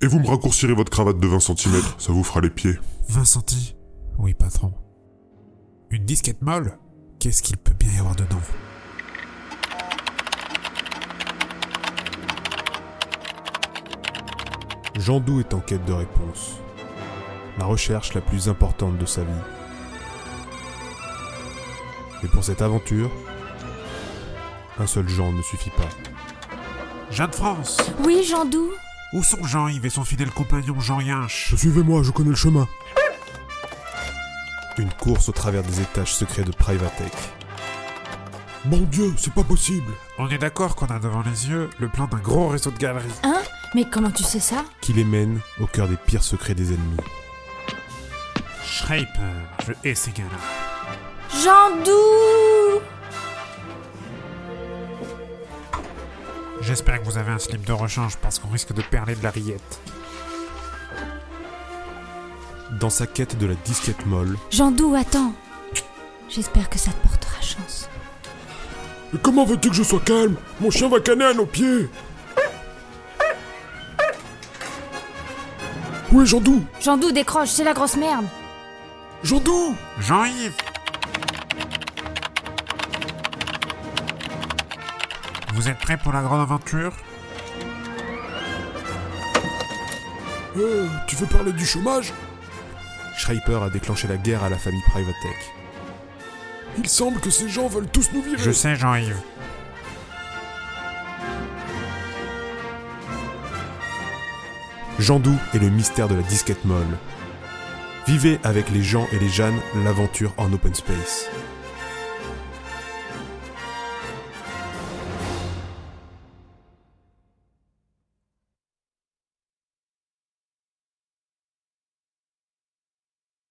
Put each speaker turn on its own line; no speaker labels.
Et vous me raccourcirez votre cravate de 20 cm, ça vous fera les pieds.
20 centi Oui, patron. Une disquette molle Qu'est-ce qu'il peut bien y avoir dedans
Jandou est en quête de réponse. La recherche la plus importante de sa vie. Mais pour cette aventure, un seul Jean ne suffit pas.
Jean de France
Oui, Jean Doux
Où sont Jean-Yves et son fidèle compagnon Jean Yinche
Suivez-moi, je connais le chemin. Une course au travers des étages secrets de Privatech.
Mon Dieu, c'est pas possible
On est d'accord qu'on a devant les yeux le plan d'un gros réseau de galeries.
Hein Mais comment tu sais ça
qui les mène au cœur des pires secrets des ennemis.
Schreiber, je hais ces gars-là.
Jean Doux
J'espère que vous avez un slip de rechange parce qu'on risque de perler de la rillette.
Dans sa quête de la disquette molle,
Jean Doux, attends J'espère que ça te portera chance.
Mais comment veux-tu que je sois calme Mon chien va canner à nos pieds Où est Jandou
Jean Doux, décroche, c'est la grosse merde
Jandou
Jean-Yves Vous êtes prêts pour la grande aventure
Euh, Tu veux parler du chômage
Schreiber a déclenché la guerre à la famille Privatech.
Il semble que ces gens veulent tous nous virer
Je sais, Jean-Yves.
Jandou et le mystère de la disquette molle. Vivez avec les Jean et les Jeanne l'aventure en open space.